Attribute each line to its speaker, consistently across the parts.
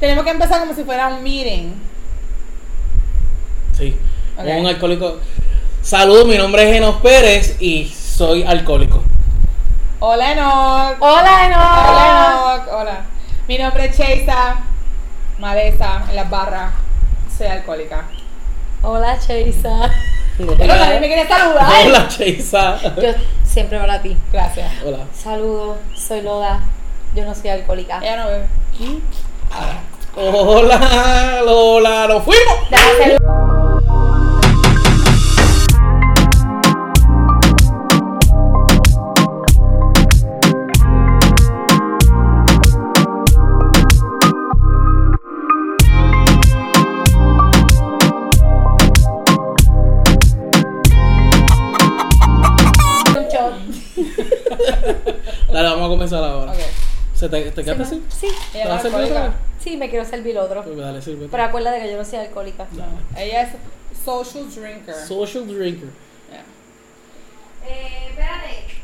Speaker 1: Tenemos que empezar como si fuera un meeting.
Speaker 2: Sí.
Speaker 1: Ok.
Speaker 2: Un alcohólico. Saludos, mi nombre es Enos Pérez y soy alcohólico.
Speaker 1: Hola, Enoch.
Speaker 3: Hola, Enoch.
Speaker 1: Hola, Enoch. Hola. Mi nombre es Cheisa Maleza, en las barras. Soy alcohólica.
Speaker 3: Hola, Cheisa.
Speaker 1: Pero nadie me quiere saludar.
Speaker 2: Hola, Cheisa.
Speaker 3: Yo siempre para ti.
Speaker 1: Gracias.
Speaker 2: Hola.
Speaker 3: Saludos, soy Lola. Yo no soy alcohólica.
Speaker 1: Ella no bebe.
Speaker 2: Hola, Lola, nos fuimos.
Speaker 3: Dale, saludos. Un shot.
Speaker 2: Dale, vamos a comenzar ahora.
Speaker 1: Ok.
Speaker 2: ¿Se te, te quedaste así?
Speaker 3: Sí,
Speaker 1: Ella
Speaker 2: ¿Te
Speaker 1: no
Speaker 2: vas
Speaker 1: es
Speaker 2: a servir
Speaker 1: alcohólica.
Speaker 2: otra
Speaker 3: sí, me quiero servir otro.
Speaker 2: vez? Dale, sírvete.
Speaker 3: Pero acuérdate que yo no soy alcohólica.
Speaker 1: No, Ella es social drinker.
Speaker 2: Social drinker.
Speaker 1: Yeah.
Speaker 3: Eh, espérate.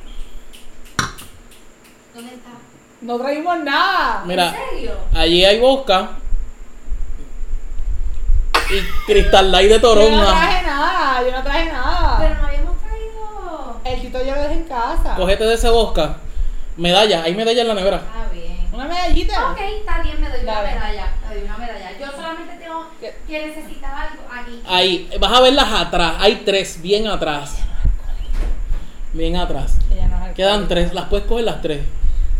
Speaker 3: ¿Dónde está?
Speaker 1: No traímos nada.
Speaker 2: Mira,
Speaker 3: serio?
Speaker 2: allí hay bosca y cristal light
Speaker 1: Yo
Speaker 2: de
Speaker 1: no
Speaker 2: toronja.
Speaker 1: traje nada. Yo no traje nada.
Speaker 3: no habíamos traído.
Speaker 1: El tito yo lo dejé en casa.
Speaker 2: Cogete de ese bosca. Medalla, hay medalla en la nevera.
Speaker 3: Ah, bien.
Speaker 1: Una medallita.
Speaker 3: Ok, está bien, me doy una
Speaker 1: Dale.
Speaker 3: medalla. Me doy una medalla. Yo solamente tengo que necesitar algo aquí.
Speaker 2: Ahí, vas a verlas atrás. Hay tres, bien atrás. Bien atrás.
Speaker 1: Ella no es alcohólica.
Speaker 2: Quedan tres, las puedes coger las tres.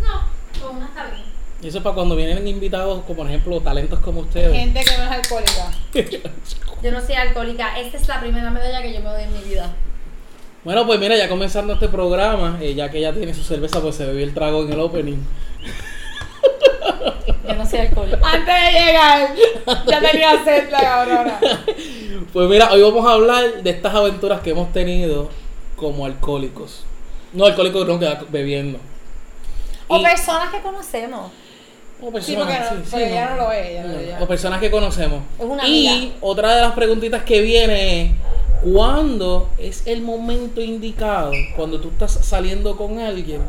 Speaker 3: No, con una está bien.
Speaker 2: Y eso es para cuando vienen invitados, como por ejemplo, talentos como ustedes.
Speaker 1: Gente que no es alcohólica.
Speaker 3: Yo no soy alcohólica. Esta es la primera medalla que yo me doy en mi vida.
Speaker 2: Bueno, pues mira, ya comenzando este programa, eh, ya que ya tiene su cerveza, pues se bebió el trago en el opening.
Speaker 3: Yo no soy alcohólica.
Speaker 1: Antes de llegar, ya tenía sed la cabrona.
Speaker 2: Pues mira, hoy vamos a hablar de estas aventuras que hemos tenido como alcohólicos. No, alcohólicos no, que bebiendo.
Speaker 3: O
Speaker 2: Y-
Speaker 3: personas que conocemos.
Speaker 2: o
Speaker 1: Sí, porque no, porque ella no lo ve, ella no lo ve.
Speaker 2: O personas que conocemos.
Speaker 3: Es una
Speaker 2: y
Speaker 3: amiga.
Speaker 2: otra de las preguntitas que viene es, ¿cuándo es el momento indicado cuando tú estás saliendo con alguien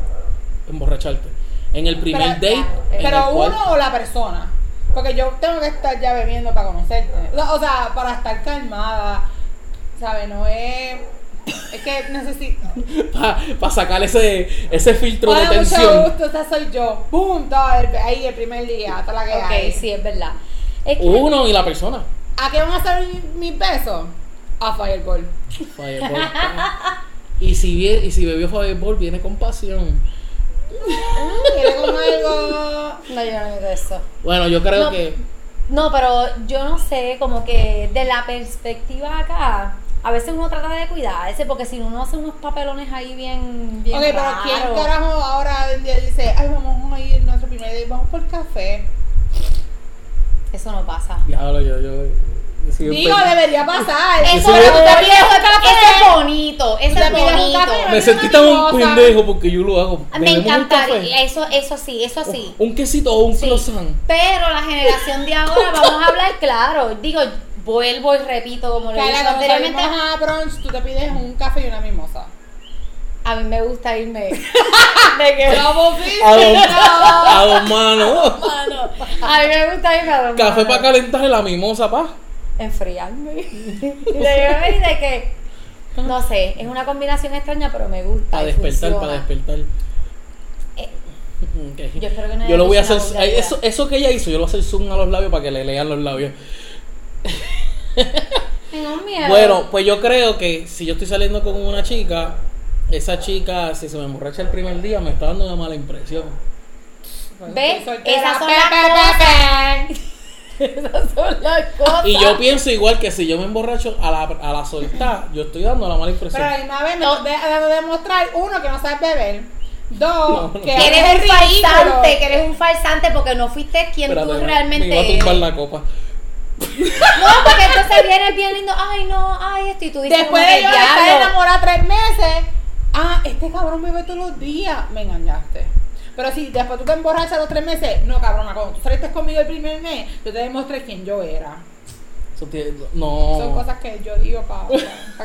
Speaker 2: emborracharte? En el primer
Speaker 1: Pero-
Speaker 2: date. en el
Speaker 1: Pero
Speaker 2: cual-
Speaker 1: uno o la persona. Porque yo tengo que estar ya bebiendo para conocerte. No, O sea, para estar calmada. ¿Sabes? No es. Es que necesito.
Speaker 2: para sacar ese, ese filtro
Speaker 1: Hola,
Speaker 2: de
Speaker 1: mucho
Speaker 2: tensión.
Speaker 1: gusto, esta soy yo. ¡Pum! Todo el- ahí el primer día, hasta la que hay.
Speaker 3: Ok, sí, es verdad. Es que
Speaker 2: Uno y la persona.
Speaker 1: ¿A qué van a hacer mi- mis besos? A Fireball.
Speaker 2: Fireball. y, si bien, y si bebió Fireball, viene con pasión.
Speaker 1: Viene con algo.
Speaker 3: No, yo no digo eso.
Speaker 2: Bueno, yo creo
Speaker 3: No.
Speaker 2: que.
Speaker 3: No, pero yo no sé, como que de la perspectiva acá, a veces uno trata de cuidarse, porque si uno hace unos papelones ahí bien, bien
Speaker 1: ok, pero ¿quién
Speaker 3: raros.
Speaker 1: carajo ahora hoy en día dice, ay, vamos a ir a nuestro primer día, vamos por café?
Speaker 3: Eso no pasa.
Speaker 2: Diablo, yo, yo. yo siempre-
Speaker 1: Digo, debería pasar.
Speaker 2: Eso
Speaker 1: Pero
Speaker 2: es-
Speaker 1: tú te pides un
Speaker 3: Ese es
Speaker 1: café.
Speaker 3: bonito, ese
Speaker 1: Te
Speaker 3: es
Speaker 1: pides un café,
Speaker 3: bonito.
Speaker 2: me sentí tan un pendejo porque yo lo hago.
Speaker 3: Me
Speaker 2: Bebemos un
Speaker 3: encantaría,
Speaker 2: café,
Speaker 3: eso, eso sí, eso sí.
Speaker 2: pues? Un quesito o un
Speaker 3: Sí.
Speaker 2: croissant.
Speaker 3: Pero la generación de ahora, vamos a hablar claro. Digo, vuelvo y repito como lo
Speaker 1: Cara,
Speaker 3: dije
Speaker 1: cuando
Speaker 3: anteriormente.
Speaker 1: salimos a brunch, tú te pides un café y una mimosa.
Speaker 3: A mí me gusta irme. de que
Speaker 1: ¡Vamos,
Speaker 2: A dos, a dos manos.
Speaker 3: mano. A mí me gusta irme a los
Speaker 2: Café
Speaker 3: manos.
Speaker 2: para calentar y la mimosa, pa.
Speaker 3: enfriarme. Y de beber y de que, no sé, es una combinación extraña, pero me gusta.
Speaker 2: Para
Speaker 3: y
Speaker 2: despertar,
Speaker 3: funciona.
Speaker 2: para despertar.
Speaker 3: Eh,
Speaker 2: Ok.
Speaker 3: yo espero que no
Speaker 2: Yo
Speaker 3: haya
Speaker 2: lo voy a
Speaker 3: dicho
Speaker 2: hacer.
Speaker 3: una vulgaridad.
Speaker 2: Eso, eso que ella hizo, yo lo voy a hacer zoom a los labios para que le lean los labios.
Speaker 3: Tengo miedo.
Speaker 2: Bueno, pues yo creo que si yo estoy saliendo con una chica, esa chica, si se me emborracha el primer día, me está dando una mala impresión.
Speaker 3: ¿Ves?
Speaker 1: Pues, Soltera,
Speaker 3: Esas son
Speaker 1: pe,
Speaker 3: las
Speaker 1: pe,
Speaker 3: cosas. Esas son las cosas.
Speaker 2: Y yo pienso igual que si yo me emborracho a la, a la soltar, yo estoy dando la mala
Speaker 1: Pero a la
Speaker 2: impresión.
Speaker 1: misma vez me de, de demostrar, uno, que no sabes beber. Dos,
Speaker 2: No, no.
Speaker 1: que
Speaker 3: Que
Speaker 1: haces
Speaker 3: eres un
Speaker 1: el ridículo.
Speaker 3: falsante, que eres un falsante porque no fuiste quien
Speaker 2: Espérate,
Speaker 3: tú
Speaker 2: me-
Speaker 3: realmente
Speaker 2: me iba a tumbar
Speaker 3: eres.
Speaker 2: la copa.
Speaker 3: No, porque entonces vienes bien lindo, ay no, ay esto, y tú dices
Speaker 1: Después
Speaker 3: como
Speaker 1: de
Speaker 3: que,
Speaker 1: yo estar
Speaker 3: "Diablo".
Speaker 1: enamorada tres meses, ah, este cabrón me ve todos los días. Me engañaste. Pero si después tú te emborrachas a los tres meses, no, cabrona, cuando tú saliste conmigo el primer mes, yo te demostré quién yo era.
Speaker 2: Eso tiene-
Speaker 1: Son
Speaker 2: no.
Speaker 1: cosas que yo digo para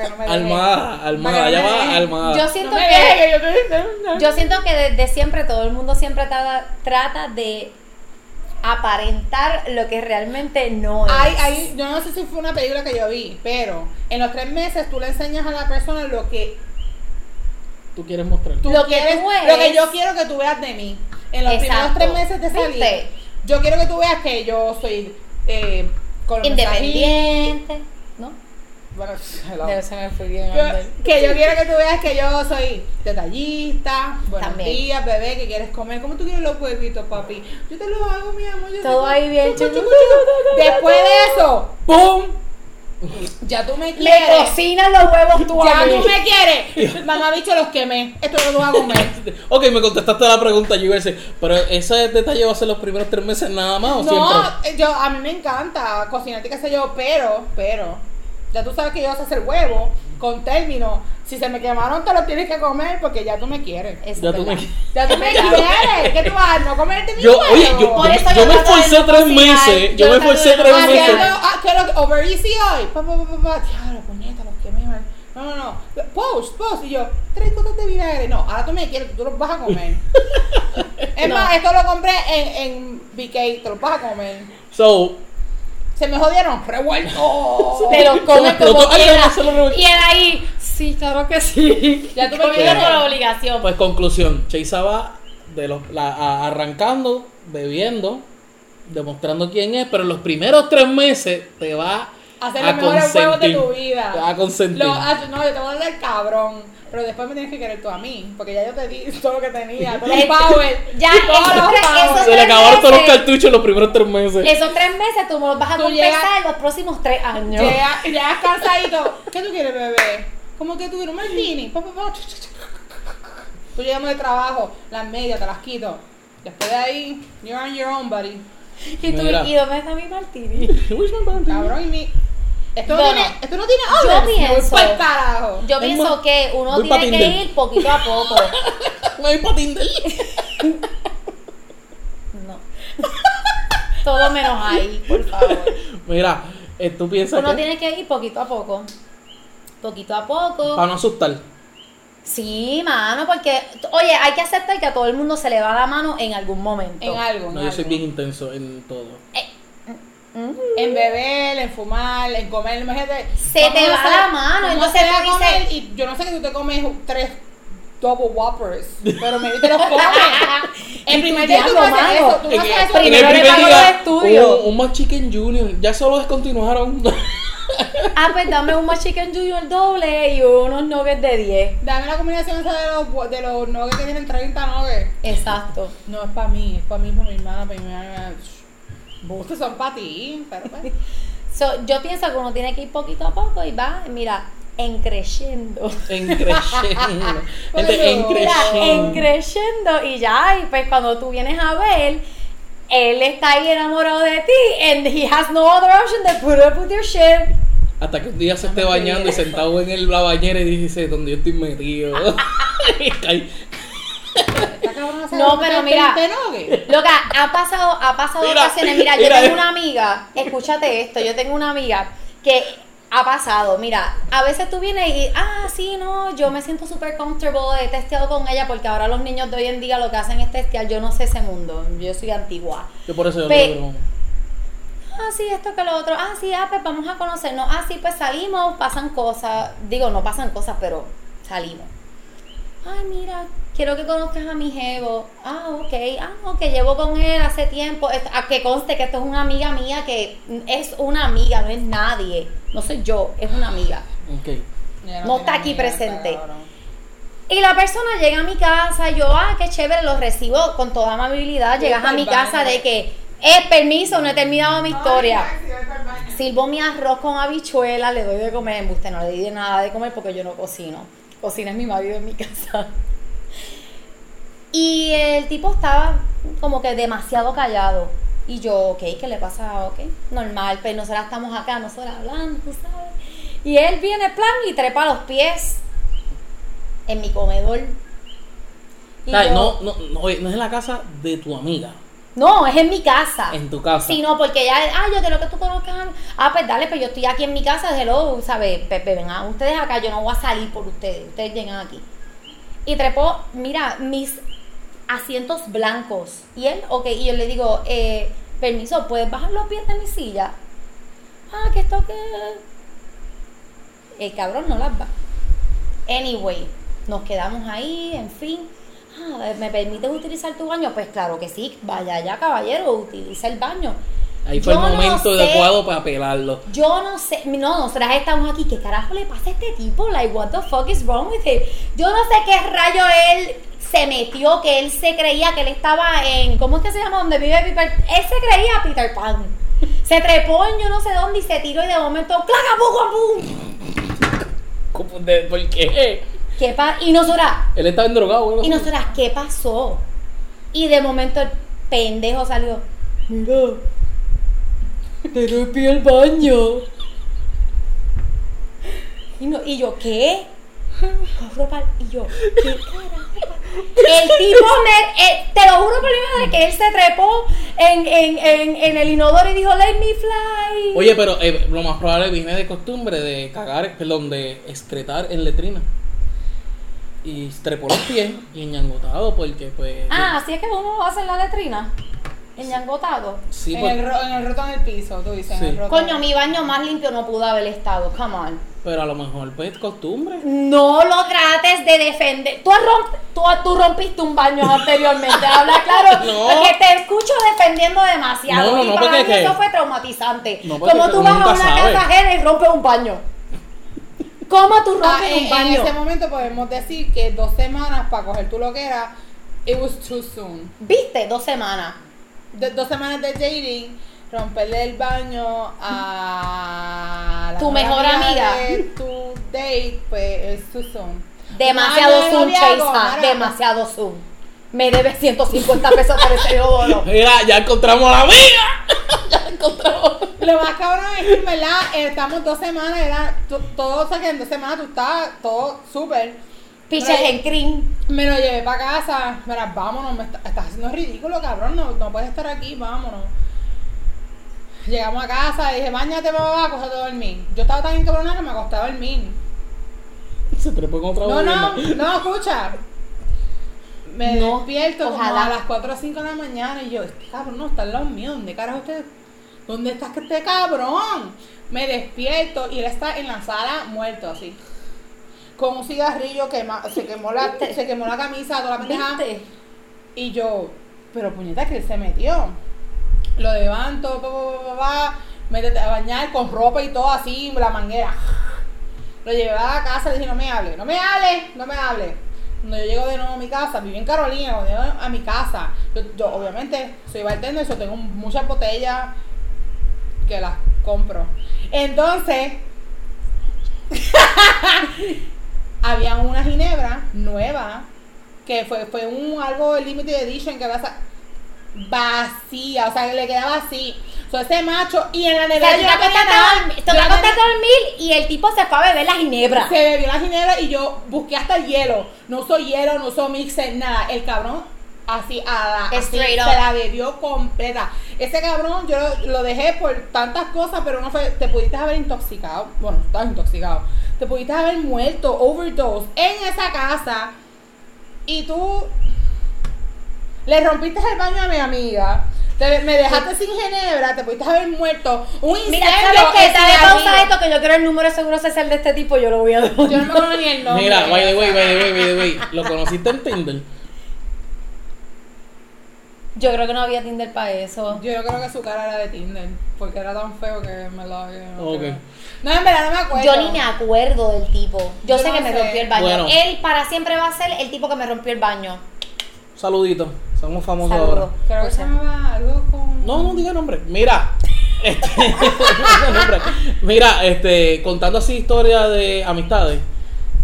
Speaker 1: que no me dejen.
Speaker 2: Almada, almada,
Speaker 1: Para que
Speaker 2: ya
Speaker 1: no me
Speaker 2: va,
Speaker 1: dejen.
Speaker 2: almada.
Speaker 3: Yo
Speaker 1: No
Speaker 3: siento
Speaker 1: me
Speaker 3: que
Speaker 1: dejes, yo te-
Speaker 3: Yo siento que desde siempre todo el mundo siempre trata, trata de aparentar lo que realmente no es.
Speaker 1: Hay, hay, yo no sé si fue una película que yo vi, pero en los tres meses tú le enseñas a la persona lo que
Speaker 2: Tú quieres mostrar.
Speaker 1: tú
Speaker 3: Lo que
Speaker 1: quieres,
Speaker 3: tú
Speaker 1: lo que
Speaker 3: eres.
Speaker 1: yo quiero que tú veas de mí. En los primeros
Speaker 3: Exacto.
Speaker 1: tres meses de salir,
Speaker 3: ¿Viste?
Speaker 1: yo quiero que tú veas que yo soy eh, con los
Speaker 3: Independiente, ¿no?
Speaker 1: mensajitos. Bueno, hello.
Speaker 3: Pero se me fue bien. Ander.
Speaker 1: Yo- que yo quiero que tú veas que yo soy detallista, buenos
Speaker 3: También.
Speaker 1: días, bebé, que quieres comer, ¿cómo tú quieres los huevitos, papi? Yo te los hago, mi amor. yo
Speaker 3: Todo
Speaker 1: te-
Speaker 3: ahí bien,
Speaker 1: chucu,
Speaker 3: chucu,
Speaker 1: chucu,
Speaker 3: chucu,
Speaker 1: chucu.
Speaker 3: chucu,
Speaker 1: Después de eso,
Speaker 2: ¡Pum!
Speaker 1: ya tú me
Speaker 3: Le
Speaker 1: quieres.
Speaker 3: cocinas los huevos tú
Speaker 1: Ya
Speaker 3: a mí.
Speaker 1: tú me quieres. Mamá bicho los quemé. Esto no lo vas a comer.
Speaker 2: Ok, me contestaste la pregunta, yo iba a decir, pero ese detalle va a ser los primeros tres meses nada más o siempre.
Speaker 1: No, eh, yo a mí me encanta cocinar y qué sé yo, pero, pero, ya tú sabes que yo sé hacer huevo con término. Si se me quemaron, te lo tienes que comer porque ya tú me quieres.
Speaker 3: Es
Speaker 2: Ya tú me-
Speaker 3: verdad.
Speaker 1: Ya tú me quieres. ¿Qué tú vas a no comerte mi
Speaker 2: Yo,
Speaker 1: huevo?
Speaker 2: oye, yo,
Speaker 3: Por
Speaker 2: yo-
Speaker 3: eso
Speaker 2: yo
Speaker 3: yo
Speaker 2: me
Speaker 3: trato de
Speaker 2: esforcé
Speaker 3: no
Speaker 2: tres
Speaker 3: cocinar,
Speaker 2: meses,
Speaker 3: yo
Speaker 2: yo me
Speaker 3: trato de
Speaker 2: esforcé
Speaker 3: no
Speaker 2: tres
Speaker 3: cocinar.
Speaker 2: meses.
Speaker 1: Haciendo, ah, que lo, over easy hoy. Pa, pa, pa, pa, pa. Diablo, puñeta, los quemé, man. No, no, no. Post, post. Y yo, tres gotas de vinagre. No, ahora tú me quieres, tú los vas a comer. es
Speaker 3: No.
Speaker 1: más, esto lo compré en, en BK, te los vas a comer.
Speaker 2: So,
Speaker 1: Se me jodieron, revuelto.
Speaker 3: Te lo comes
Speaker 2: explotó
Speaker 3: como
Speaker 2: algo,
Speaker 3: quieras.
Speaker 2: se lo revolvió.
Speaker 3: Y él ahí, sí, claro que sí.
Speaker 1: Ya tú me
Speaker 3: Conmigo
Speaker 2: quieres.
Speaker 3: por obligación.
Speaker 2: pues conclusión, Cheisa va de los, la- a- arrancando, bebiendo, demostrando quién es, pero en los primeros tres meses te va
Speaker 1: Hacer
Speaker 2: a
Speaker 1: los mejores huevos de
Speaker 2: consentir.
Speaker 1: tu vida.
Speaker 2: Te va a consentir.
Speaker 1: Lo- ah, no, yo te voy a dar cabrón. Pero después me tienes que querer tú a mí. Porque ya yo te di todo lo que tenía. Todo el
Speaker 3: Este-
Speaker 1: power.
Speaker 3: ya,
Speaker 1: todo
Speaker 3: esos tres- esos
Speaker 2: Se le
Speaker 3: tres
Speaker 2: acabaron todos los
Speaker 3: meses.
Speaker 2: cartuchos en los primeros tres meses.
Speaker 3: Esos tres meses tú me los vas a
Speaker 1: Tú
Speaker 3: compensar
Speaker 1: llegas-
Speaker 3: en los próximos tres años.
Speaker 1: Ya, ya cansadito. ¿Qué tú quieres, bebé? ¿Cómo que tú quieres? Un martini. Pa, pa, pa. Tú llegamos de trabajo, las medias te las quito. Después de ahí, you're on your own, buddy.
Speaker 3: Y tú,
Speaker 2: Mira.
Speaker 3: ¿y dónde está mi martini?
Speaker 2: Which one, Valentine?
Speaker 1: Cabrón y mi. Esto no,
Speaker 3: Bueno,
Speaker 1: tiene, esto no tiene
Speaker 3: yo
Speaker 1: others. Me voy
Speaker 3: pienso-
Speaker 1: pa'l carajo.
Speaker 3: Yo
Speaker 2: Es más,
Speaker 3: pienso que uno
Speaker 2: voy pa'
Speaker 3: tiene que
Speaker 2: Tinder.
Speaker 3: ir poquito a poco.
Speaker 2: Me voy pa' Tinder.
Speaker 3: No. Todo menos ahí, por favor.
Speaker 2: Mira, eh, tú piensas
Speaker 3: Uno
Speaker 2: que
Speaker 3: tiene que ir poquito a poco. Poquito a poco.
Speaker 2: para no asustar.
Speaker 3: Sí, mano, porque, oye, hay que aceptar que a todo el mundo se le va la mano en algún momento.
Speaker 1: En algo. en
Speaker 2: No, yo soy
Speaker 1: algo.
Speaker 2: bien intenso en todo.
Speaker 3: Mm.
Speaker 1: En beber, en fumar, en comer, imagínate.
Speaker 3: Se
Speaker 1: vamos
Speaker 3: te
Speaker 1: a
Speaker 3: va
Speaker 1: hacer-
Speaker 3: la
Speaker 1: vamos
Speaker 3: mano,
Speaker 1: a
Speaker 3: entonces
Speaker 1: hacer
Speaker 3: tú
Speaker 1: a
Speaker 3: dices-
Speaker 1: comer Y yo no sé que tú te comes tres double whoppers, pero me te los comes. el primer día tú no
Speaker 3: diablo,
Speaker 1: haces
Speaker 3: mano.
Speaker 1: eso, tú no
Speaker 2: En
Speaker 1: haces eso.
Speaker 2: en
Speaker 3: primero le
Speaker 2: primer
Speaker 3: pago
Speaker 2: día,
Speaker 3: los estudios.
Speaker 2: Un, un más Chicken Junior. Ya solo descontinuaron.
Speaker 3: Ah, pues dame un más chicken junior doble y unos nuggets de 10.
Speaker 1: Dame la combinación esa de los, bu- de los nuggets que tienen 30 nuggets.
Speaker 3: Exacto.
Speaker 1: No, es para mí, es para mí, para mi hermana, para mi hermana. Vos son para ti, pero pues.
Speaker 3: So, yo pienso que uno tiene que ir poquito a poco y va, mira, encreciendo.
Speaker 2: en creciendo. Gente, en
Speaker 1: Bueno,
Speaker 3: Mira,
Speaker 2: creciendo.
Speaker 3: encreciendo y ya, y pues cuando tú vienes a ver, él está ahí enamorado de ti and he has no other option than put up with your shit.
Speaker 2: Hasta que un día se esté bañando y sentado en el, la bañera y dice, donde yo estoy metido. Y cae.
Speaker 1: Esta cabrona se
Speaker 3: No,
Speaker 1: come
Speaker 3: pero mira.
Speaker 1: 20 nuggets.
Speaker 3: Loca, ha pasado, ha pasado
Speaker 2: Mira,
Speaker 3: ocasiones. Mira, yo
Speaker 2: mira.
Speaker 3: tengo una amiga, escúchate esto, yo tengo una amiga que ha pasado, mira, a veces tú vienes y, ah, sí, no, yo me siento súper comfortable, he testeado con ella porque ahora los niños de hoy en día lo que hacen es testear, yo no sé ese mundo, yo soy antigua.
Speaker 2: Yo por eso yo
Speaker 3: Pe-
Speaker 2: no lo
Speaker 3: Ah, sí, esto que lo otro, ah, sí, ah, pues vamos a conocernos, ah, sí, pues salimos, pasan cosas, digo, no pasan cosas, pero salimos. Ay, mira, quiero que conozcas a mi jevo. Ah, ok. Ah, ok, llevo con él hace tiempo. Es- A que conste que esto es una amiga mía que es una amiga, no es nadie. No soy yo, es una amiga.
Speaker 2: Ok.
Speaker 1: Ya
Speaker 3: No
Speaker 1: tengo
Speaker 3: está aquí
Speaker 1: amiga, esta
Speaker 3: presente.
Speaker 1: cabrona.
Speaker 3: Y la persona llega a mi casa, yo, ah, qué chévere, lo recibo con toda amabilidad. Llegas a mi casa de que, eh, permiso, no he terminado mi historia. Sirvo mi arroz con habichuela, le doy de comer, embuste, no le di de nada de comer porque yo no cocino. Cocina es mi marido en mi casa. Y el tipo estaba como que demasiado callado. Y yo, ok, ¿qué le pasa? Ok, normal, pero nosotras estamos acá, nosotras hablando, tú sabes. Y él viene, plan, y trepa los pies en mi comedor. Y
Speaker 2: Ay,
Speaker 3: yo,
Speaker 2: no, no, no, oye, no es en la casa de tu amiga,
Speaker 3: no, es en mi casa.
Speaker 2: en tu casa.
Speaker 3: Ah, Sí, no, porque ya, ah, yo quiero que tú conozcas a mí. Ah, pues dale, pues yo estoy aquí en mi casa, hello, ¿sabes? Pepe, vengan ustedes acá, yo no voy a salir por ustedes, ustedes llegan aquí. Y trepó, mira, mis asientos blancos. Y él, ok, y yo le digo, eh, permiso, ¿puedes bajar los pies de mi silla? Ah, que esto que... El cabrón no las va. Anyway, nos quedamos ahí, en fin. Ah, ¿me permites utilizar tu baño? Pues claro que sí, vaya ya caballero, utiliza el baño.
Speaker 2: Ahí fue
Speaker 3: Yo
Speaker 2: el
Speaker 3: no
Speaker 2: momento
Speaker 3: sé.
Speaker 2: adecuado para pelarlo.
Speaker 3: Yo no sé, no, nosotras estamos aquí, ¿qué carajo le pasa a este tipo? Like, what the fuck is wrong with him? Yo no sé qué rayo él se metió, que él se creía que él estaba en, ¿cómo es que se llama? Donde vive Peter, él se creía Peter Pan. Se trepó en yo no sé dónde y se tiró y de momento, ¡claca, pum, pum!
Speaker 2: ¿Cómo de- ¿Por qué?
Speaker 3: ¿Qué pa- Y nosotras,
Speaker 2: Él estaba endrogado, ¿no?
Speaker 3: Y nosotras, ¿qué pasó? Y de momento el pendejo salió. Mira, te rompí el baño. Y, no- y yo, ¿qué? Cojo pa'l- Y yo, ¿qué carajo? El tipo me. eh, te lo juro por mi madre que él se trepó en, en, en, en el inodoro y dijo, Let me fly.
Speaker 2: Oye, pero eh, lo más probable viene de costumbre de cagar, perdón, de excretar en letrina. Y trepó los pies y ñangotado porque pues...
Speaker 3: Ah, así es que uno hace en la letrina. Enñangotado.
Speaker 2: sí, pues,
Speaker 1: en,
Speaker 2: por-
Speaker 1: el ro- en el roto en el piso, tú dices. En
Speaker 2: Sí.
Speaker 1: el roto.
Speaker 3: Coño, mi baño más limpio no pudo haber estado. Come on.
Speaker 2: pero a lo mejor pues costumbre.
Speaker 3: No lo trates de defender. Tú, has romp- tú, tú rompiste un baño anteriormente, habla claro.
Speaker 2: No.
Speaker 3: Porque te escucho defendiendo demasiado.
Speaker 2: No, no,
Speaker 3: y
Speaker 2: no,
Speaker 3: para
Speaker 2: porque
Speaker 3: mí
Speaker 2: es que-
Speaker 3: eso fue traumatizante.
Speaker 2: No, porque
Speaker 3: Como
Speaker 2: es que
Speaker 3: tú
Speaker 2: uno
Speaker 3: vas a
Speaker 2: nunca
Speaker 3: una
Speaker 2: sabe.
Speaker 3: casa ajena y rompes un baño. ¿Cómo tú rompes
Speaker 1: Ah, en,
Speaker 3: un
Speaker 1: en
Speaker 3: baño?
Speaker 1: ese momento podemos decir que dos semanas para coger tu loquera, it was too soon.
Speaker 3: ¿Viste? Dos semanas.
Speaker 1: De- dos semanas de dating, romperle el baño a la
Speaker 3: Tu
Speaker 1: nueva
Speaker 3: mejor amiga.
Speaker 1: de tu date, pues es too soon.
Speaker 3: Demasiado
Speaker 1: Un año de
Speaker 3: zoom,
Speaker 1: noviazgo,
Speaker 3: Chase. ah,
Speaker 1: maraca.
Speaker 3: Demasiado zoom. Me debes 150 pesos por ese bono.
Speaker 2: Mira, ya encontramos a la amiga.
Speaker 1: Lo más cabrón es que, en ¿verdad? eh, Estamos dos semanas, era to- todo, o sea, que en dos semanas tú estás todo súper.
Speaker 3: Piches en cream.
Speaker 1: Me lo llevé para casa, mira, vámonos, me está- estás haciendo ridículo, cabrón, no, no puedes estar aquí, vámonos. Llegamos a casa, dije, bañate, papá, acóstate a dormir. Yo estaba tan encabronada que me acosté a dormir.
Speaker 2: Se trepó con otra
Speaker 3: Oh,
Speaker 1: No, no,
Speaker 2: bobina.
Speaker 1: no, escucha. Me
Speaker 3: No,
Speaker 1: despierto como
Speaker 3: ojalá.
Speaker 1: a las 4 o 5 de la mañana y yo, este cabrón no está al lado mío, ¿dónde carajo usted? ¿Dónde está este cabrón? Me despierto y él está en la sala muerto así. Con un cigarrillo que se quemó la,
Speaker 3: ¿Viste?
Speaker 1: se quemó la camisa, toda la pendeja.
Speaker 3: ¿Viste?
Speaker 1: Y yo, pero puñeta que él se metió. Lo levanto, pa, pa, pa, pa, pa, métete a bañar con ropa y todo así, la manguera. Lo llevé a la casa y dije, no me hable, no me hable, no me hable. Cuando yo llego de nuevo a mi casa, viví en Carolina, cuando llego a mi casa, yo, yo, obviamente soy bartender, yo tengo muchas botellas que las compro. Entonces, había una ginebra nueva que fue, fue un algo de limited edition que había sa- vacía, o sea, que le quedaba así. So, ese macho y en la
Speaker 3: O sea,
Speaker 1: nevera yo
Speaker 3: tú te
Speaker 1: no tenía
Speaker 3: acostaste
Speaker 1: nada.
Speaker 3: a dormir- tú te
Speaker 1: Yo no tenía-
Speaker 3: acostaste a dormir y el tipo se fue a beber la ginebra.
Speaker 1: se bebió la ginebra y yo busqué hasta el hielo. No usó hielo, no usó mixer, nada. El cabrón así, a la, así, se
Speaker 3: Straight up.
Speaker 1: la bebió completa. Ese cabrón yo lo, lo dejé por tantas cosas, pero no fue, te pudiste haber intoxicado. Bueno, estabas intoxicado. Te pudiste haber muerto, overdose, en esa casa. Y tú le rompiste el baño a mi amiga. Te- me dejaste sin ginebra, te pudiste haber muerto. Un incendio.
Speaker 3: Mira, ¿sabes qué?
Speaker 1: en
Speaker 3: Dale
Speaker 1: mi
Speaker 3: pausa
Speaker 1: amiga.
Speaker 3: a esto que yo quiero el número seguro social de este tipo, yo lo voy a dar.
Speaker 1: Yo no me acuerdo ni el nombre.
Speaker 2: Mira, by the way, by the way, by the way. ¿Lo conociste en Tinder?
Speaker 3: Yo creo que no había Tinder para eso.
Speaker 1: Yo creo que su cara era de Tinder, porque era tan feo que me lo había.
Speaker 2: Ok.
Speaker 1: No, en verdad no me acuerdo.
Speaker 3: Yo ni me acuerdo del tipo.
Speaker 1: Yo
Speaker 3: Yo, sé
Speaker 1: no
Speaker 3: que me
Speaker 1: sé.
Speaker 3: rompió el baño.
Speaker 2: Bueno.
Speaker 3: Él para siempre va a ser el tipo que me rompió el baño. Pues,
Speaker 2: Saludito. Somos famosos
Speaker 3: Saludos.
Speaker 2: ahora.
Speaker 1: Creo que se llamaba algo con.
Speaker 2: No, no diga nombre. Mira. Este, no diga nombre. Mira, este, contando así historias de amistades.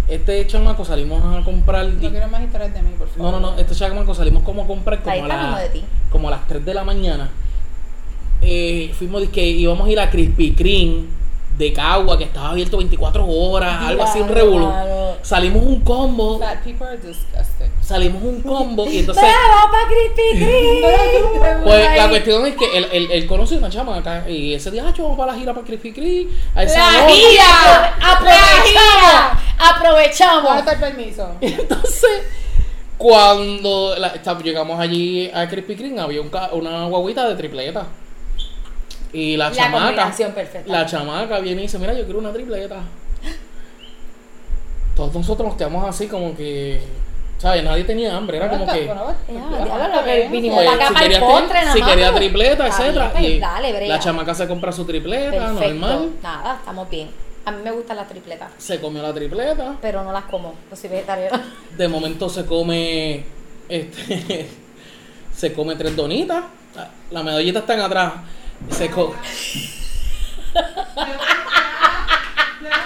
Speaker 2: Este chamaco salimos a comprar.
Speaker 1: No
Speaker 2: di-
Speaker 1: quiero más historias de mí, por favor.
Speaker 2: No, no, no. Este chamaco salimos como a comprar
Speaker 3: Ahí
Speaker 2: como a,
Speaker 3: está hablando
Speaker 2: la-
Speaker 3: de ti.
Speaker 2: como a las 3 de la mañana. Eh, fuimos que íbamos a ir a Krispy Kreme de Cagua, que estaba abierto 24 horas, algo así, un
Speaker 3: Claro.
Speaker 2: revolú. Salimos un combo,
Speaker 1: Fat people are disgusting.
Speaker 2: salimos un combo y entonces...
Speaker 3: ¡Bravo para Crispy Kreme!
Speaker 2: Pues la cuestión es que él, él, él conoce una chama acá y ese día, ah, yo vamos para la gira para Krispy Kreme. a esa
Speaker 1: La
Speaker 2: hora".
Speaker 1: gira.
Speaker 3: ¡Aprovechamos!
Speaker 1: Ahora
Speaker 3: ¡Aprovechamos!
Speaker 1: está el Ah, permiso.
Speaker 2: Entonces, cuando la- esta- llegamos allí a Krispy Kreme, había un ca- una guaguita de tripleta. Y la,
Speaker 3: La
Speaker 2: chamaca.
Speaker 3: combinación perfecta.
Speaker 2: La chamaca viene y dice, mira, yo quiero una tripleta. Todos nosotros nos quedamos así como que. ¿Sabes? Nadie tenía hambre. Era como que.
Speaker 3: Ya,
Speaker 1: Ya,
Speaker 3: diablo,
Speaker 1: está
Speaker 3: lo que
Speaker 1: bien.
Speaker 3: vinimos
Speaker 2: pues,
Speaker 3: la capa al
Speaker 2: tri-
Speaker 3: postre, nada
Speaker 2: si
Speaker 3: más,
Speaker 2: quería
Speaker 3: pero-
Speaker 2: tripleta,
Speaker 3: Está
Speaker 2: etcétera.
Speaker 3: bien, pues,
Speaker 2: y
Speaker 3: dale, brega.
Speaker 2: la chamaca se compra su tripleta,
Speaker 3: Perfecto.
Speaker 2: normal.
Speaker 3: Nada, estamos bien. A mí me gustan las tripletas,
Speaker 2: Se comió la tripleta.
Speaker 3: pero no las como. Yo soy vegetariana.
Speaker 2: De momento se come. Este, se come tres donitas. Las medallitas están atrás. Se co-
Speaker 1: Tenemos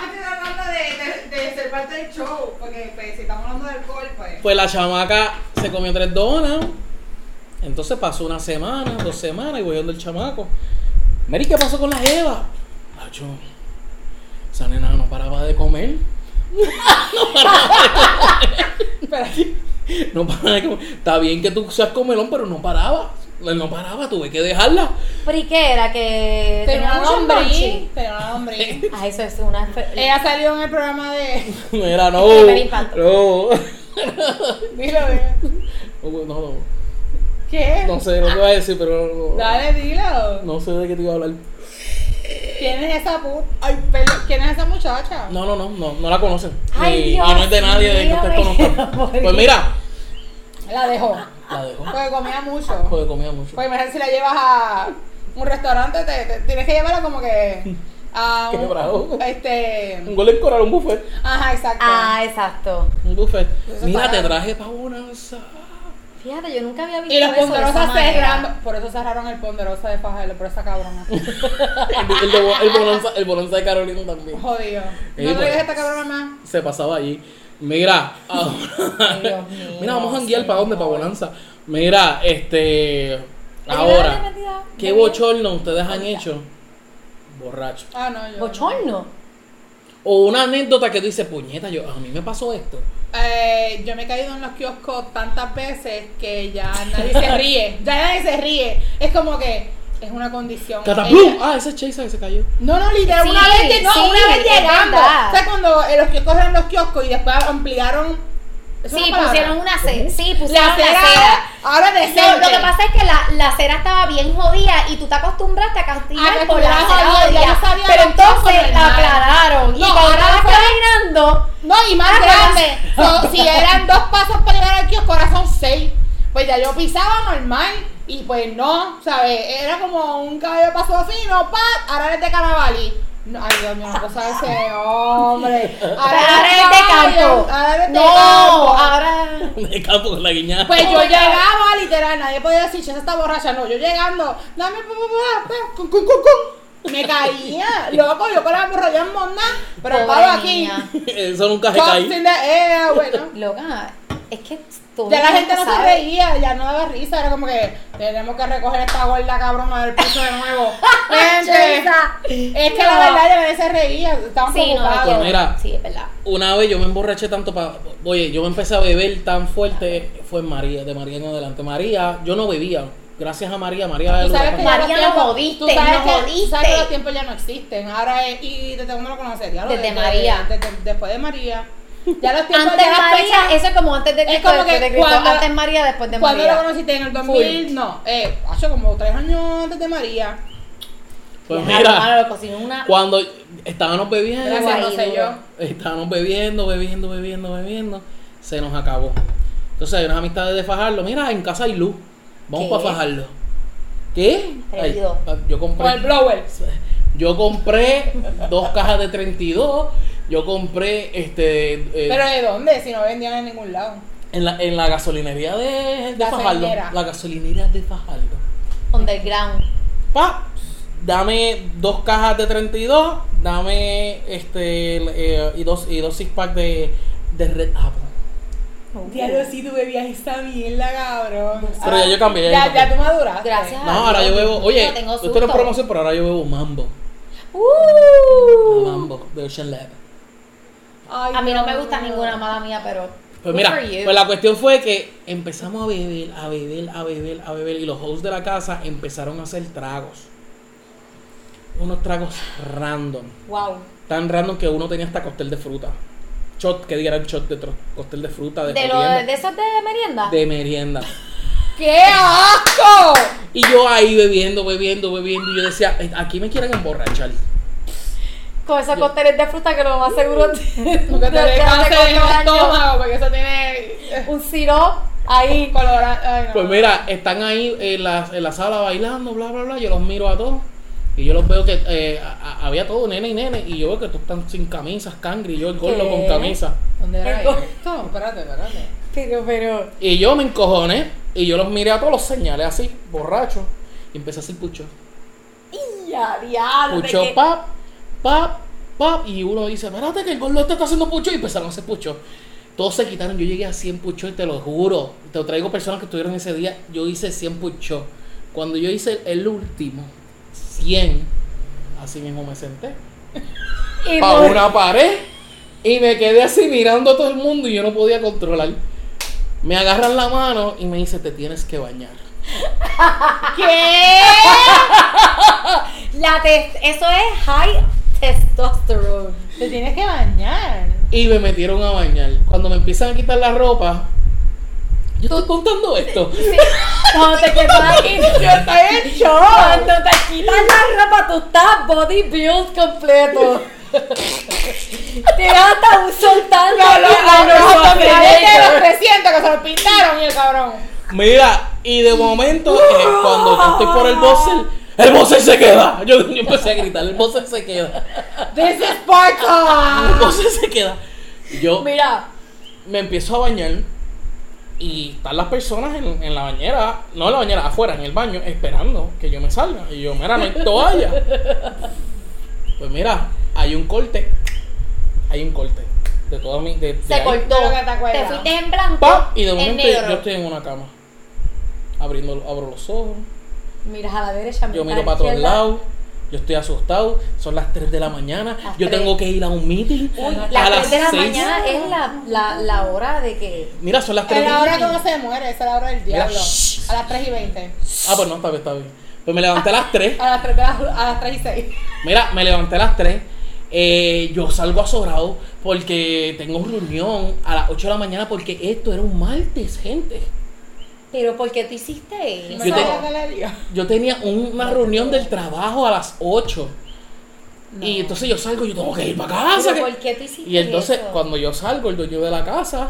Speaker 1: que tratando de, de, de ser parte del show, porque pues, si estamos hablando de alcohol, pues.
Speaker 2: Pues la chamaca se comió tres donas. Entonces pasó una semana, dos semanas, y voy donde el chamaco. Mary, ¿qué pasó con la Eva? Nacho, esa nena no paraba de comer. no paraba de comer. Está bien que tú seas comelón, pero no paraba. No paraba, tuve que dejarla.
Speaker 3: ¿Pero y qué era? Que
Speaker 1: Tenía un ¿eh?
Speaker 3: tenía un hombre.
Speaker 1: hombrín. Tenía una hombrín.
Speaker 3: Ah, eso es una.
Speaker 1: Ella salió en el programa de.
Speaker 2: Mira, no.
Speaker 3: Primer impacto.
Speaker 2: No.
Speaker 1: Dilo, dilo.
Speaker 2: No, no,
Speaker 1: ¿Qué?
Speaker 2: no sé, no te voy a decir, pero no-
Speaker 1: Dale, dilo.
Speaker 2: no sé de qué te iba a hablar.
Speaker 1: ¿Quién es esa pu- Ay, perdón, ¿quién es esa muchacha?
Speaker 2: No, no, no, no, no la conocen.
Speaker 3: Ay,
Speaker 2: y,
Speaker 3: Dios
Speaker 2: y no es de nadie de que
Speaker 3: mío,
Speaker 2: usted
Speaker 3: me
Speaker 2: conozca.
Speaker 3: quiero morir.
Speaker 2: Pues mira,
Speaker 1: La dejó.
Speaker 2: la dejó.
Speaker 1: Porque comía mucho.
Speaker 2: Porque comía mucho.
Speaker 1: Pues imagínate si la llevas a un restaurante, te, te- tienes que llevarla como que. A un,
Speaker 2: Quebrado. Un
Speaker 1: Este.
Speaker 2: gol en coral, un buffet.
Speaker 1: Ajá, exacto.
Speaker 3: Ah, exacto.
Speaker 2: Un buffet.
Speaker 1: Eso
Speaker 2: Mira,
Speaker 1: para-
Speaker 2: te traje pa' una sa-
Speaker 3: Fíjate, yo nunca había visto.
Speaker 1: Y los
Speaker 3: eso de esa
Speaker 1: ponderosas
Speaker 3: manera.
Speaker 1: cerraron. Por eso cerraron el ponderosa de Fajardo, por esa cabrona.
Speaker 2: El, el, de- el bonanza, el bonanza de Carolina también.
Speaker 1: Jodido.
Speaker 2: Ey,
Speaker 1: No me
Speaker 2: pues.
Speaker 1: digas esta cabrona más.
Speaker 2: Se pasaba allí. Mira, ahora-
Speaker 3: Ay, Dios mío,
Speaker 2: mira, vamos a janguear para dónde, para
Speaker 3: señor.
Speaker 2: bonanza. Mira, este.
Speaker 3: Ay, dale,
Speaker 2: Ahora,
Speaker 3: metida,
Speaker 2: ¿qué
Speaker 3: metida.
Speaker 2: bochorno ustedes han hecho? Borracho.
Speaker 1: Ah, no, yo.
Speaker 3: Bochorno.
Speaker 2: O una anécdota que tú dices, puñeta, yo, a mí me pasó esto.
Speaker 1: Eh, yo me he caído en los kioscos tantas veces que ya nadie se ríe. Ya nadie se ríe. Es como que es una condición.
Speaker 2: Cataplum.
Speaker 1: Ella-
Speaker 2: Ah, ese Chase que se cayó.
Speaker 1: No, no, literal.
Speaker 3: Sí,
Speaker 1: una vez, que- no,
Speaker 3: sí,
Speaker 1: una vez
Speaker 3: es
Speaker 1: llegando.
Speaker 3: verdad.
Speaker 1: O sea, cuando eh, los kioscos eran los kioscos y después ampliaron. ¿es
Speaker 3: Sí,
Speaker 1: palabra?
Speaker 3: pusieron una cera. Sí,
Speaker 1: La
Speaker 3: pusieron
Speaker 1: cera.
Speaker 3: la cera.
Speaker 1: Ahora de
Speaker 3: No, lo que pasa es que la, la cera estaba bien jodida y tú te acostumbraste a
Speaker 1: A que
Speaker 3: castigar por la
Speaker 1: estuviera
Speaker 3: cera
Speaker 1: jodida,
Speaker 3: jodida.
Speaker 1: Ah, ya sabía
Speaker 3: Pero
Speaker 1: los trucos
Speaker 3: entonces la
Speaker 1: normales.
Speaker 3: aclararon.
Speaker 1: No,
Speaker 3: y cuando
Speaker 1: ahora
Speaker 3: la
Speaker 1: fue-
Speaker 3: caminando,
Speaker 1: No, y más
Speaker 3: Ah,
Speaker 1: grande. So, si eran dos pasos para llegar al kiosco, ahora son seis. Pues ya yo pisaba normal y pues no, ¿sabes? Era como un caballo de paso fino, ¡pap! Ahora eres de Canavalí. No, ay, Dios mío, no cosa de ese hombre.
Speaker 3: ahora, es de
Speaker 1: caballo,
Speaker 3: canto.
Speaker 1: Ahora eres de
Speaker 3: no,
Speaker 1: campo.
Speaker 3: ahora.
Speaker 2: De campo con la guiñada.
Speaker 1: Pues
Speaker 3: Oh
Speaker 1: yo
Speaker 3: my God.
Speaker 1: llegaba, literal, nadie podía decir, esa está borracha. No, yo llegando, dame, pa, pa, pa, pa, ah, pues, cun, cun, cun, cun. Me caía, loco, yo con la borrachera en monda, pero
Speaker 3: Pobre
Speaker 1: paro aquí.
Speaker 3: niña.
Speaker 2: Eso nunca se
Speaker 1: Cops
Speaker 2: cae.
Speaker 1: in the air, eh, ah, bueno.
Speaker 3: Loca, es que todo
Speaker 1: Ya
Speaker 3: el
Speaker 1: la
Speaker 3: mundo
Speaker 1: gente no se
Speaker 3: sabe.
Speaker 1: reía, ya no daba risa, era como que tenemos que recoger esta gorda cabrona del piso de nuevo. Gente,
Speaker 3: Chesa.
Speaker 1: es que
Speaker 3: No.
Speaker 1: la verdad ya nadie se reía, estaban
Speaker 3: Sí, no,
Speaker 1: preocupados.
Speaker 2: Pues mira.
Speaker 3: Sí, es verdad.
Speaker 2: Una vez yo me emborraché tanto para. Oye, yo me empecé a beber tan fuerte. Fue en María, de María en adelante. María, yo no bebía. Gracias a María, María
Speaker 1: Tú sabes que ya
Speaker 3: María,
Speaker 1: los
Speaker 3: nos
Speaker 1: tiempos-
Speaker 3: jodiste,
Speaker 1: tú sabes que-
Speaker 3: nos
Speaker 1: tú sabes que
Speaker 3: jodiste.
Speaker 1: los tiempos ya no existen. Ahora es, y desde cuando lo conocería.
Speaker 3: Desde María.
Speaker 1: después de María. Ya los tiempos
Speaker 3: Antes
Speaker 1: ya las
Speaker 3: María,
Speaker 1: fechas-
Speaker 3: eso es como antes de
Speaker 1: Es
Speaker 3: Cristo,
Speaker 1: como
Speaker 3: después
Speaker 1: que
Speaker 3: de Cristo.
Speaker 1: cuando-
Speaker 3: antes María, después de
Speaker 1: ¿Cuándo
Speaker 3: María.
Speaker 1: lo conociste? En el 2000, no, eh, hace como tres años antes de María.
Speaker 2: Pues
Speaker 3: Ya,
Speaker 2: mira,
Speaker 3: hermano, lo cocinó una.
Speaker 2: cuando estábamos bebiendo,
Speaker 1: Gracias,
Speaker 3: ahí,
Speaker 1: no sé
Speaker 3: duro.
Speaker 1: yo.
Speaker 2: estábamos bebiendo, bebiendo, bebiendo, bebiendo, se nos acabó. Entonces hay unas amistades de Fajarlo. Mira, en casa hay luz. Vamos
Speaker 3: ¿Qué?
Speaker 2: para Fajarlo. ¿Qué? Ay, ah,
Speaker 3: Atrevido.
Speaker 2: yo compré.
Speaker 1: Con el blower.
Speaker 2: Yo compré dos cajas de 32. Yo compré este eh,
Speaker 1: ¿Pero de dónde? Si no vendían en ningún lado.
Speaker 2: en, la, en la gasolinería de, de Fajardo.
Speaker 1: Gasolinera.
Speaker 2: La gasolinería de Fajardo.
Speaker 3: Underground.
Speaker 2: Pa, dame dos cajas de 32. Dame este el, eh, y dos y dos six pack de, de Red Apple.
Speaker 1: Diablo, sí, tú bebías esa mierda, cabrón.
Speaker 2: Pero ya yo cambié, ya
Speaker 1: Ya,
Speaker 2: yo
Speaker 1: ya
Speaker 2: cambié.
Speaker 1: tú maduraste.
Speaker 3: Gracias.
Speaker 2: No, ahora yo bebo. Oye,
Speaker 3: Ah, No tengo
Speaker 2: esto no es
Speaker 3: susto.
Speaker 2: promoción, pero ahora yo bebo mambo.
Speaker 3: Uh.
Speaker 2: Mambo de Ocean Lab.
Speaker 1: Ay,
Speaker 3: A mí no me
Speaker 1: Dios.
Speaker 3: gusta ninguna mala mía, pero.
Speaker 2: Pues
Speaker 3: good
Speaker 2: mira,
Speaker 3: for you.
Speaker 2: pues la cuestión fue que empezamos a beber, a beber, a beber, a beber. Y los hosts de la casa empezaron a hacer tragos. Unos tragos random.
Speaker 3: Wow.
Speaker 2: Tan random que uno tenía hasta cóctel de fruta. Shot, que diga era el shot de tro- cóctel de fruta, de,
Speaker 3: De, lo,
Speaker 2: merienda.
Speaker 3: de esos de merienda.
Speaker 2: De merienda.
Speaker 1: ¡Qué asco!
Speaker 2: Y yo ahí bebiendo, bebiendo, bebiendo. Y yo decía, "Eh, aquí me quieren emborrachar.
Speaker 3: Con esos cócteles de fruta que lo más seguro te-
Speaker 1: Porque te
Speaker 3: te hace
Speaker 1: descanses en el
Speaker 3: daño.
Speaker 1: estómago, porque eso tiene
Speaker 3: Un sirop ahí.
Speaker 1: colorante. Ay, no.
Speaker 2: Pues mira, están ahí en la, en la sala bailando, bla, bla, bla. Yo los miro a todos. Y yo los veo que eh, a- a- había todo, nene y nene. Y yo veo que todos están sin camisas, cangri. Y yo el gordo
Speaker 3: ¿Qué?
Speaker 2: con camisa.
Speaker 1: ¿Dónde era
Speaker 3: Tengo-
Speaker 1: esto? Espérate, espérate.
Speaker 3: Pero, pero.
Speaker 2: Y yo me encojoné. Y yo los miré a todos, los señalé así, borracho. Y empecé a hacer pucho.
Speaker 3: ¡Ya, diablo!
Speaker 2: Pucho,
Speaker 3: que-
Speaker 2: pap, pap, pap. Y uno dice, espérate que el gordo este está haciendo pucho. Y empezaron a hacer pucho. Todos se quitaron. Yo llegué a 100 puchos y te lo juro. Te traigo personas que estuvieron ese día. Yo hice 100 puchos. Cuando yo hice el, el último, 100, así mismo me senté.
Speaker 3: y
Speaker 2: A
Speaker 3: no-
Speaker 2: una pared. Y me quedé así mirando a todo el mundo y yo no podía controlar. Me agarran la mano y me dice, te tienes que bañar.
Speaker 3: ¿Qué? La tes- eso es high testosterone.
Speaker 1: Te tienes que bañar.
Speaker 2: Y me metieron a bañar. Cuando me empiezan a quitar la ropa, yo estoy contando esto.
Speaker 3: Cuando te quitas
Speaker 1: ¡Está hecho!
Speaker 3: cuando te quitas la ropa, tú estás body build completo. Tienes hasta un soltante.
Speaker 1: No, no, no,
Speaker 2: no, no, no,
Speaker 1: la
Speaker 2: no,
Speaker 1: gente
Speaker 2: no.
Speaker 1: este de los 300 que se lo pintaron y el cabrón.
Speaker 2: Mira, y de momento, eh, cuando yo estoy por el boxer, el boxer se queda. Yo, yo empecé a gritar, el boxer se queda.
Speaker 1: This is Sparta.
Speaker 2: El boxer se queda. Yo
Speaker 3: Mira,
Speaker 2: me empiezo a bañar y están las personas en, en la bañera, no en la bañera, afuera, en el baño, esperando que yo me salga. Y yo, mira, no hay toalla. Pues mira, hay un corte. Hay un corte. De todo mi. De, de
Speaker 3: se
Speaker 2: ahí.
Speaker 3: cortó.
Speaker 1: de lo que te acuerdas.
Speaker 3: Te fuiste en blanco.
Speaker 2: ¡Pam! Y de
Speaker 3: en
Speaker 2: momento
Speaker 3: negro.
Speaker 2: yo estoy en una cama. Abriendo, abro los ojos.
Speaker 3: Miras a la derecha,
Speaker 2: Yo
Speaker 3: miras
Speaker 2: miro
Speaker 3: a la
Speaker 2: para todos
Speaker 3: izquierda.
Speaker 2: lados. Yo estoy asustado. Son las 3 de la mañana.
Speaker 3: Las
Speaker 2: yo
Speaker 3: tres.
Speaker 2: tengo que ir a un meeting.
Speaker 3: Uy,
Speaker 2: a
Speaker 3: las 3 de la
Speaker 2: seis.
Speaker 3: mañana es la, la, la hora de que.
Speaker 2: Mira, son las 3
Speaker 1: Es
Speaker 2: de
Speaker 1: la
Speaker 2: la
Speaker 1: hora que
Speaker 2: mañana.
Speaker 1: uno se muere, esa es la hora del
Speaker 2: Mira,
Speaker 1: diablo.
Speaker 2: shh.
Speaker 1: A las 3 y 20.
Speaker 2: Ah, pues no, está bien, está bien. Pues me levanté a las 3.
Speaker 1: A las 3, de la- a las 3 y 6.
Speaker 2: Mira, me levanté a las 3. Eh, yo salgo azorado porque tengo reunión a las 8 de la mañana porque esto era un martes, gente.
Speaker 3: Pero ¿por qué tú hiciste eso?
Speaker 1: Me
Speaker 2: Yo te-
Speaker 1: la galería.
Speaker 2: Yo tenía una reunión del trabajo a las 8. Y entonces yo salgo y yo tengo que ir para casa.
Speaker 3: Pero
Speaker 2: que-
Speaker 3: ¿Por qué tú hiciste
Speaker 2: Ah, Y entonces
Speaker 3: eso?
Speaker 2: cuando yo salgo, el dueño de la casa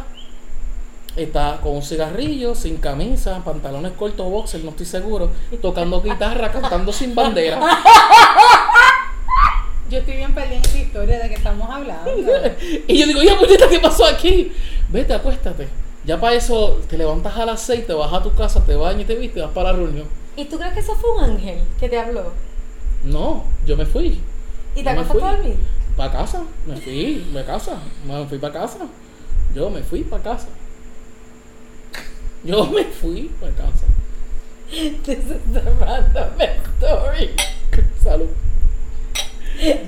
Speaker 2: está con un cigarrillo, sin camisa, pantalones cortos o boxer, no estoy seguro, tocando guitarra, cantando sin bandera.
Speaker 1: Yo estoy bien perdida en esta historia de que estamos hablando.
Speaker 2: Y yo digo, ya puñeta, ¿qué pasó aquí? Vete, acuéstate. Ya para eso te levantas a las 6, te vas a tu casa, te bañas y te viste, vas para la reunión.
Speaker 3: ¿Y tú crees que eso fue un ángel que te habló?
Speaker 2: No, yo me fui.
Speaker 3: ¿Y te
Speaker 2: Yo me
Speaker 3: acuerdas
Speaker 2: fui.
Speaker 3: a dormir?
Speaker 2: Para casa, me fui, me casa, me fui para casa. Yo me fui para casa. Yo me fui para casa.
Speaker 3: This is the random story.
Speaker 2: Salud.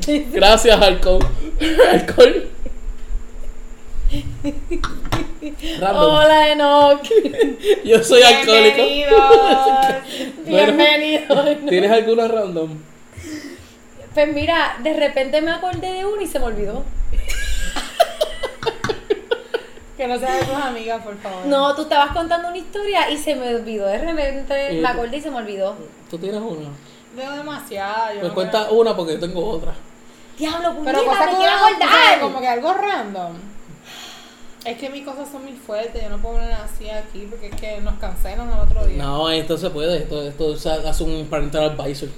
Speaker 3: This-
Speaker 2: Gracias, alcohol. Alcohol. Random.
Speaker 1: Oh,
Speaker 3: Hola, Enoch.
Speaker 2: Yo soy alcohólico.
Speaker 1: Bienvenidos.
Speaker 2: Bueno.
Speaker 3: Bienvenido. Enoch.
Speaker 2: ¿Tienes alguna random?
Speaker 3: Pues mira, de repente me acordé de uno y se me olvidó.
Speaker 1: Que no sean de tus amigas, por favor.
Speaker 3: No, tú estabas contando una historia y se me olvidó. De repente
Speaker 2: Eh,
Speaker 3: me acordé y se me olvidó.
Speaker 2: ¿Tú tienes una?
Speaker 1: Veo demasiado. yo
Speaker 2: Pues
Speaker 1: no
Speaker 2: cuenta
Speaker 1: creo.
Speaker 2: una porque yo tengo otra.
Speaker 3: Diablo, puñeta,
Speaker 1: Pero cosas
Speaker 3: me
Speaker 1: que
Speaker 3: quiero
Speaker 1: uno-
Speaker 3: acordar.
Speaker 1: Como que algo random. Es que mis cosas son muy fuertes. Yo no puedo poner así aquí porque es que nos cancelan al otro día.
Speaker 2: No, esto se puede. Esto, esto se hace un parental advisor.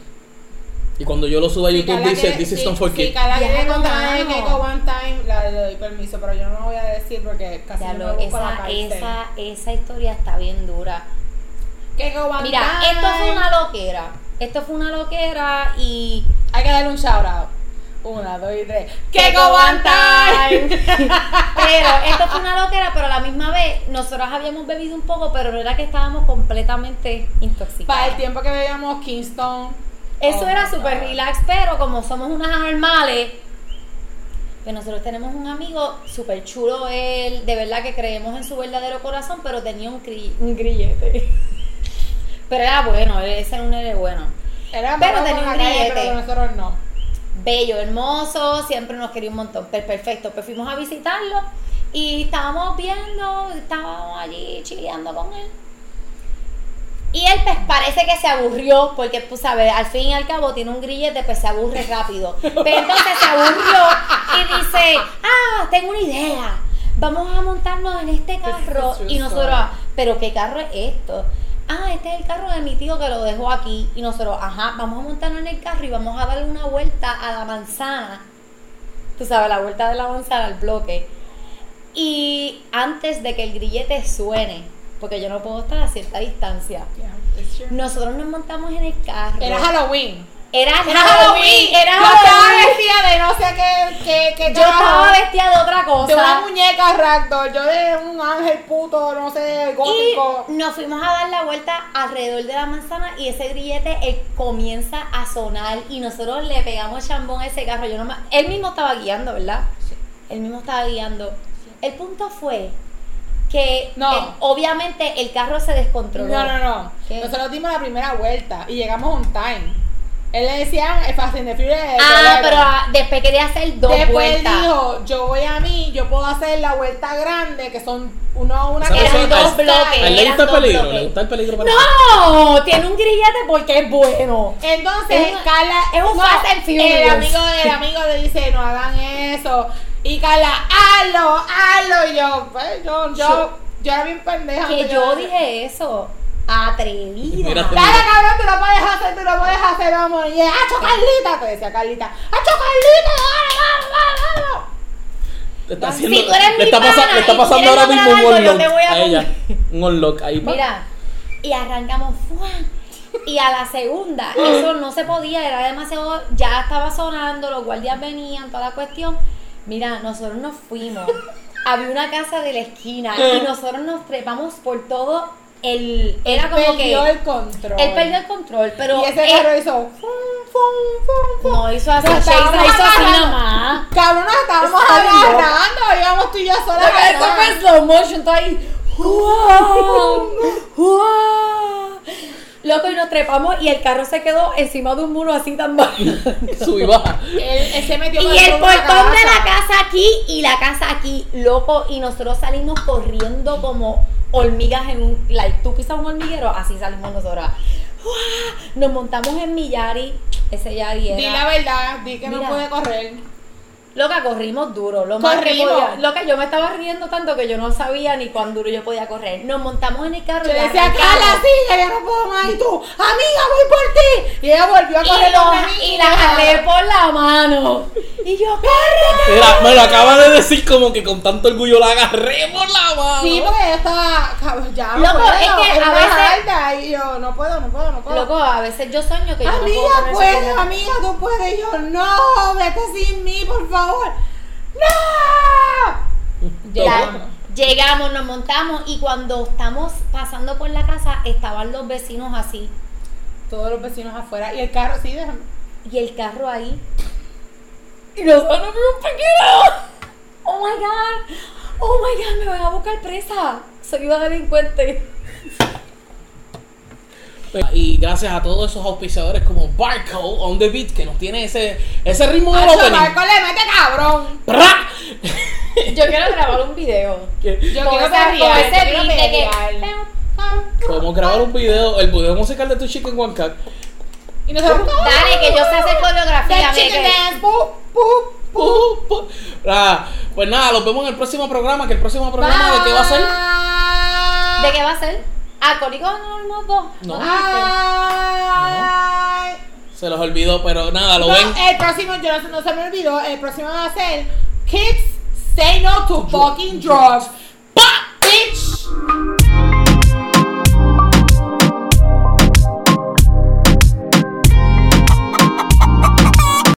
Speaker 2: Y cuando yo lo suba a
Speaker 1: Si
Speaker 2: YouTube
Speaker 1: Carla
Speaker 2: dice,
Speaker 1: quiere-
Speaker 2: this is
Speaker 1: si-
Speaker 2: not for
Speaker 1: si
Speaker 2: kids.
Speaker 1: Carla
Speaker 3: Ya,
Speaker 1: quiere contar
Speaker 3: mano.
Speaker 1: de Keiko One Time, la, le doy permiso, pero yo no lo voy a decir porque casi
Speaker 3: Diablo,
Speaker 1: no me busco la
Speaker 3: esa,
Speaker 1: cárcel.
Speaker 3: esa, esa historia está bien dura.
Speaker 1: Keiko One
Speaker 3: Mira,
Speaker 1: Time.
Speaker 3: esto fue una loquera. Esto fue una loquera y.
Speaker 1: Hay que darle un shout out. Una, dos y tres. Keiko One Time.
Speaker 3: pero esto fue una loquera, pero a la misma vez, nosotras habíamos bebido un poco, pero no era que estábamos completamente
Speaker 1: Para el
Speaker 3: intoxicadas.
Speaker 1: tiempo que veíamos Kingston.
Speaker 3: Eso
Speaker 1: Oh
Speaker 3: era
Speaker 1: my
Speaker 3: súper
Speaker 1: God.
Speaker 3: relax, pero como somos unas anormales, pues nosotros tenemos un amigo súper chulo, él, de verdad que creemos en su verdadero corazón, pero tenía un, cri- un grillete. Pero era bueno, e-, ese era un nene bueno.
Speaker 1: Era
Speaker 3: Pero
Speaker 1: malo
Speaker 3: tenía
Speaker 1: con la
Speaker 3: un
Speaker 1: calle, pero
Speaker 3: grillete.
Speaker 1: con nosotros no.
Speaker 3: bello, hermoso, siempre nos quería un montón, per- perfecto. Pues fuimos a visitarlo y estábamos viendo, estábamos allí chileando con él. Y él pues parece que se aburrió, porque tú sabes, al fin y al cabo tiene un grillete, pues se aburre rápido. Pero entonces se aburrió y dice, ah, tengo una idea, vamos a montarnos en este carro.
Speaker 1: This is
Speaker 3: Y nosotros,
Speaker 1: awesome.
Speaker 3: "Ah, pero ¿qué carro es esto? Ah, este es el carro de mi tío que lo dejó aquí. Y nosotros, ajá, vamos a montarnos en el carro y vamos a darle una vuelta a la manzana. Tú sabes, la vuelta de la manzana al bloque. Y antes de que el grillete suene, porque yo no puedo estar a cierta distancia.
Speaker 1: Yeah, it's true.
Speaker 3: Nosotros nos montamos en el carro.
Speaker 1: Era Halloween.
Speaker 3: Era
Speaker 1: Ah, Era Halloween.
Speaker 3: Era
Speaker 1: Yo estaba
Speaker 3: Halloween.
Speaker 1: vestida de no sé qué, qué, qué
Speaker 3: Yo estaba
Speaker 1: carajo.
Speaker 3: vestida de otra cosa.
Speaker 1: de una muñeca ragdoll, yo de un ángel puto, no sé, gótico.
Speaker 3: Y nos fuimos a dar la vuelta alrededor de la manzana y ese grillete él comienza a sonar y nosotros le pegamos chambón a ese carro. Yo no me- Él mismo estaba guiando, ¿verdad?
Speaker 1: Sí.
Speaker 3: Él mismo estaba guiando. El punto fue que
Speaker 1: No.
Speaker 3: él- obviamente el carro se descontroló.
Speaker 1: No, no, no.
Speaker 3: ¿Qué?
Speaker 1: Nosotros dimos la primera vuelta y llegamos on time. Él le decían el Fast and the Furious.
Speaker 3: Ah, pero ah, después quería hacer dos
Speaker 1: Después
Speaker 3: vueltas.
Speaker 1: él dijo, yo voy a mí, yo puedo hacer la vuelta grande, que son uno una
Speaker 2: Esa
Speaker 1: que
Speaker 2: persona-
Speaker 1: son dos
Speaker 2: a-
Speaker 1: bloques.
Speaker 2: A él le
Speaker 3: Eran
Speaker 2: gusta el
Speaker 3: dos
Speaker 2: peligro,
Speaker 3: bloques.
Speaker 2: le gusta el peligro para
Speaker 3: ¡No! Tiene un grillete porque es bueno.
Speaker 1: Entonces,
Speaker 3: Es una-
Speaker 1: Carla,
Speaker 3: es un
Speaker 1: no,
Speaker 3: Fast and
Speaker 1: el
Speaker 3: Furious.
Speaker 1: amigo, el amigo le dice, no hagan eso. Y Carla, hazlo, hazlo. Y yo, pues, yo, yo,
Speaker 3: Yo-
Speaker 1: yo era bien pendeja.
Speaker 3: Que
Speaker 1: pero
Speaker 3: yo dije eso. Atrevida.
Speaker 2: Mira,
Speaker 1: Dale, cabrón, tú lo puedes hacer, tú lo puedes hacer, vamos. Y ella, ¡acho, Carlita! Te decía Carlita, ¡acho, Carlita! ¡Vamos, vamos, vamos!
Speaker 2: Le está
Speaker 3: Si
Speaker 2: haciendo,
Speaker 3: tú eres
Speaker 2: le
Speaker 3: mi
Speaker 2: está
Speaker 3: pana
Speaker 2: pasa- le está
Speaker 3: y
Speaker 2: pasando
Speaker 3: quieres
Speaker 2: ahora mismo un
Speaker 3: lograr algo, yo
Speaker 2: unlock
Speaker 3: te voy a
Speaker 2: a ella. Un unlock ahí pa.
Speaker 3: Mira, y arrancamos ¡fua! y a la segunda, eso no se podía, era demasiado, ya estaba sonando, los guardias venían, toda la cuestión. Mira, nosotros nos fuimos, había una casa de la esquina y nosotros nos trepamos por todo el, era como que
Speaker 1: Perdió el control.
Speaker 3: él perdió el control, pero
Speaker 1: Y ese
Speaker 3: él-
Speaker 1: carro hizo, fum, fum, fum, fum.
Speaker 3: no hizo así,
Speaker 1: Nos
Speaker 3: Chase
Speaker 1: estábamos
Speaker 3: la hizo así
Speaker 1: agarrando.
Speaker 3: nomás.
Speaker 1: Cabrón, nos estábamos
Speaker 3: Está loco.
Speaker 1: agarrando, íbamos tú y yo solas.
Speaker 3: Esto
Speaker 1: agarradas.
Speaker 3: fue slow motion, todo ahí. ¡Wow! ¡Wow! Loco, y nos trepamos y el carro se quedó encima de un muro así tan mal. Y
Speaker 2: Sub y baja.
Speaker 1: Él, él se metió con
Speaker 3: el
Speaker 1: todo en
Speaker 3: portón de la casa aquí y la casa aquí, loco, y nosotros salimos corriendo como hormigas en un. Like, tú pisas un hormiguero, así salimos nosotras. ¡Wow! Nos montamos en mi Yari. Ese Yari era.
Speaker 1: Di la verdad, di que no
Speaker 3: Mira.
Speaker 1: pude correr.
Speaker 3: Loca, corrimos duro. Lo más que
Speaker 1: Corrimos.
Speaker 3: podía- loca, yo me estaba riendo tanto que yo no sabía ni cuán duro yo podía correr. Nos montamos en el carro
Speaker 1: Yo
Speaker 3: y
Speaker 1: le decía,
Speaker 3: arrancamos.
Speaker 1: Carla, sigue, yo no puedo más. Y tú, amiga, voy por ti. Y ella volvió a
Speaker 3: Y,
Speaker 1: correr
Speaker 3: lo-
Speaker 1: con
Speaker 3: y la jalé por la mano. Y yo, ¡corre!
Speaker 2: Mira, me lo acaba de decir como que con tanto orgullo la agarré por la mano.
Speaker 1: Sí, porque ella estaba cabrón, ya no
Speaker 3: Loco,
Speaker 1: puedo,
Speaker 3: es que
Speaker 1: era
Speaker 3: a veces-
Speaker 1: más alta, y yo no puedo, no puedo, no puedo.
Speaker 3: Loco, a veces yo sueño que yo no puedo
Speaker 1: amiga, pues,
Speaker 3: correr
Speaker 1: puedes,
Speaker 3: sola.
Speaker 1: amiga, tú puedes. Y yo, no, vete sin mí, por favor. ¡No!
Speaker 3: Llegamos, llegamos, nos montamos y cuando estamos pasando por la casa estaban los vecinos así.
Speaker 1: Todos los vecinos afuera. Y el carro, sí, déjame.
Speaker 3: Y el carro ahí. Y nosotros nos vimos pequeños. Oh my god. Oh my god, me van a buscar presa. Soy una delincuente.
Speaker 2: Y gracias a todos esos auspiciadores como Barcode on the Beat que nos tiene ese, ese ritmo de
Speaker 1: Acho,
Speaker 2: opening.
Speaker 1: Marco, le mete cabrón.
Speaker 2: ¡Pra!
Speaker 3: Yo quiero grabar un video.
Speaker 2: Que-
Speaker 1: Yo
Speaker 3: Con
Speaker 1: quiero
Speaker 3: esa-
Speaker 1: perrear,
Speaker 3: con
Speaker 1: yo
Speaker 3: ese
Speaker 1: quiero
Speaker 3: beat de que-
Speaker 1: perrear.
Speaker 2: Podemos grabar un video, el video musical de Tu Chica en One Cut.
Speaker 1: Y nosotros,
Speaker 3: Dale, que yo sé hacer coreografía.
Speaker 1: That
Speaker 3: ve
Speaker 1: chicken
Speaker 3: que-
Speaker 1: dance, boop, boop.
Speaker 2: Pu-
Speaker 3: Uh,
Speaker 2: pu- Ah, Pues nada, los vemos en el próximo programa, que el próximo programa de qué va a ser.
Speaker 1: ser?
Speaker 3: ¿De qué va a ser? ¿A Cólico no Ah, lo
Speaker 2: No.
Speaker 1: Ay.
Speaker 2: Se los olvidó, pero nada, lo
Speaker 1: No,
Speaker 2: ven.
Speaker 1: el próximo, yo no, sé- no se me olvidó, el próximo va a ser Kids Say No to Fucking Drugs.